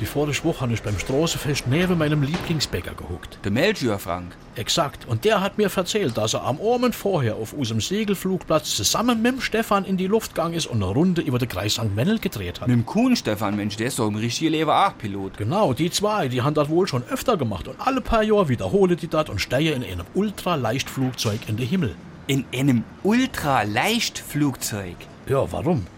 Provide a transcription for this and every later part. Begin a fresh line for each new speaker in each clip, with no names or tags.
Die vorigen Woche habe ich beim Straßenfest neben meinem Lieblingsbäcker gehuckt.
Der Melchior Frank.
Exakt. Und der hat mir erzählt, dass er am Abend vorher auf unserem Segelflugplatz zusammen mit dem Stefan in die Luft gegangen ist und eine Runde über den Kreis St. Mennel gedreht hat.
Mit dem Kuhn Stefan, Mensch, der ist doch im richtigen Leben auch Pilot.
Genau, die zwei, die haben das wohl schon öfter gemacht und alle paar Jahre wiederholen die das und steigen in einem Ultraleichtflugzeug in den Himmel.
In einem Ultraleichtflugzeug.
Ja, warum?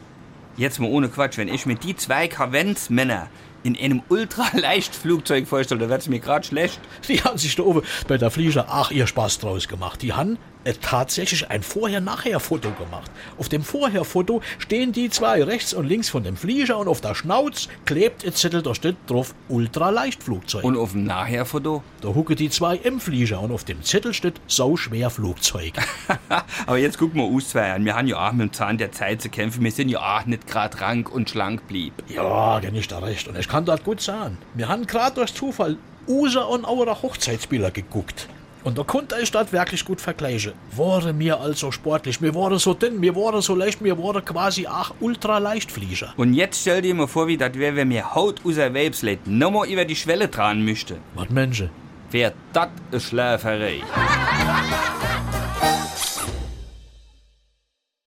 Jetzt mal ohne Quatsch, wenn ich mit die zwei Kavenzmänner in einem Ultraleichtflugzeug vorstelle, da wird's mir grad schlecht.
Die haben sich da oben bei der Flieger ach ihr Spaß draus gemacht. Die haben äh, tatsächlich ein Vorher-Nachher-Foto gemacht. Auf dem Vorher-Foto stehen die zwei rechts und links von dem Flieger und auf der Schnauz klebt ein Zettel, da steht drauf Ultraleichtflugzeug.
Und auf dem Nachherfoto?
da hucke die zwei im Flieger und auf dem Zettel steht so schwer Flugzeug.
Aber jetzt guck mal uns zwei an. Wir haben ja auch mit dem Zahn der Zeit zu kämpfen. Wir sind ja auch nicht grad rank und schlank blieb.
ja, geh ich da recht und ich kann das gut sagen. Wir haben gerade durch Zufall User und Auerer Hochzeitsbilder geguckt. Und da konnte ich das wirklich gut vergleichen. Waren mir also sportlich, mir waren so dünn, mir waren so leicht, mir waren quasi ach ultra leichtflieger.
Und jetzt stell dir mal vor, wie das wäre, wenn mir Haut unser Webslate nochmal über die Schwelle dran müsste.
Was Menschen?
Wär das eine Schläferei.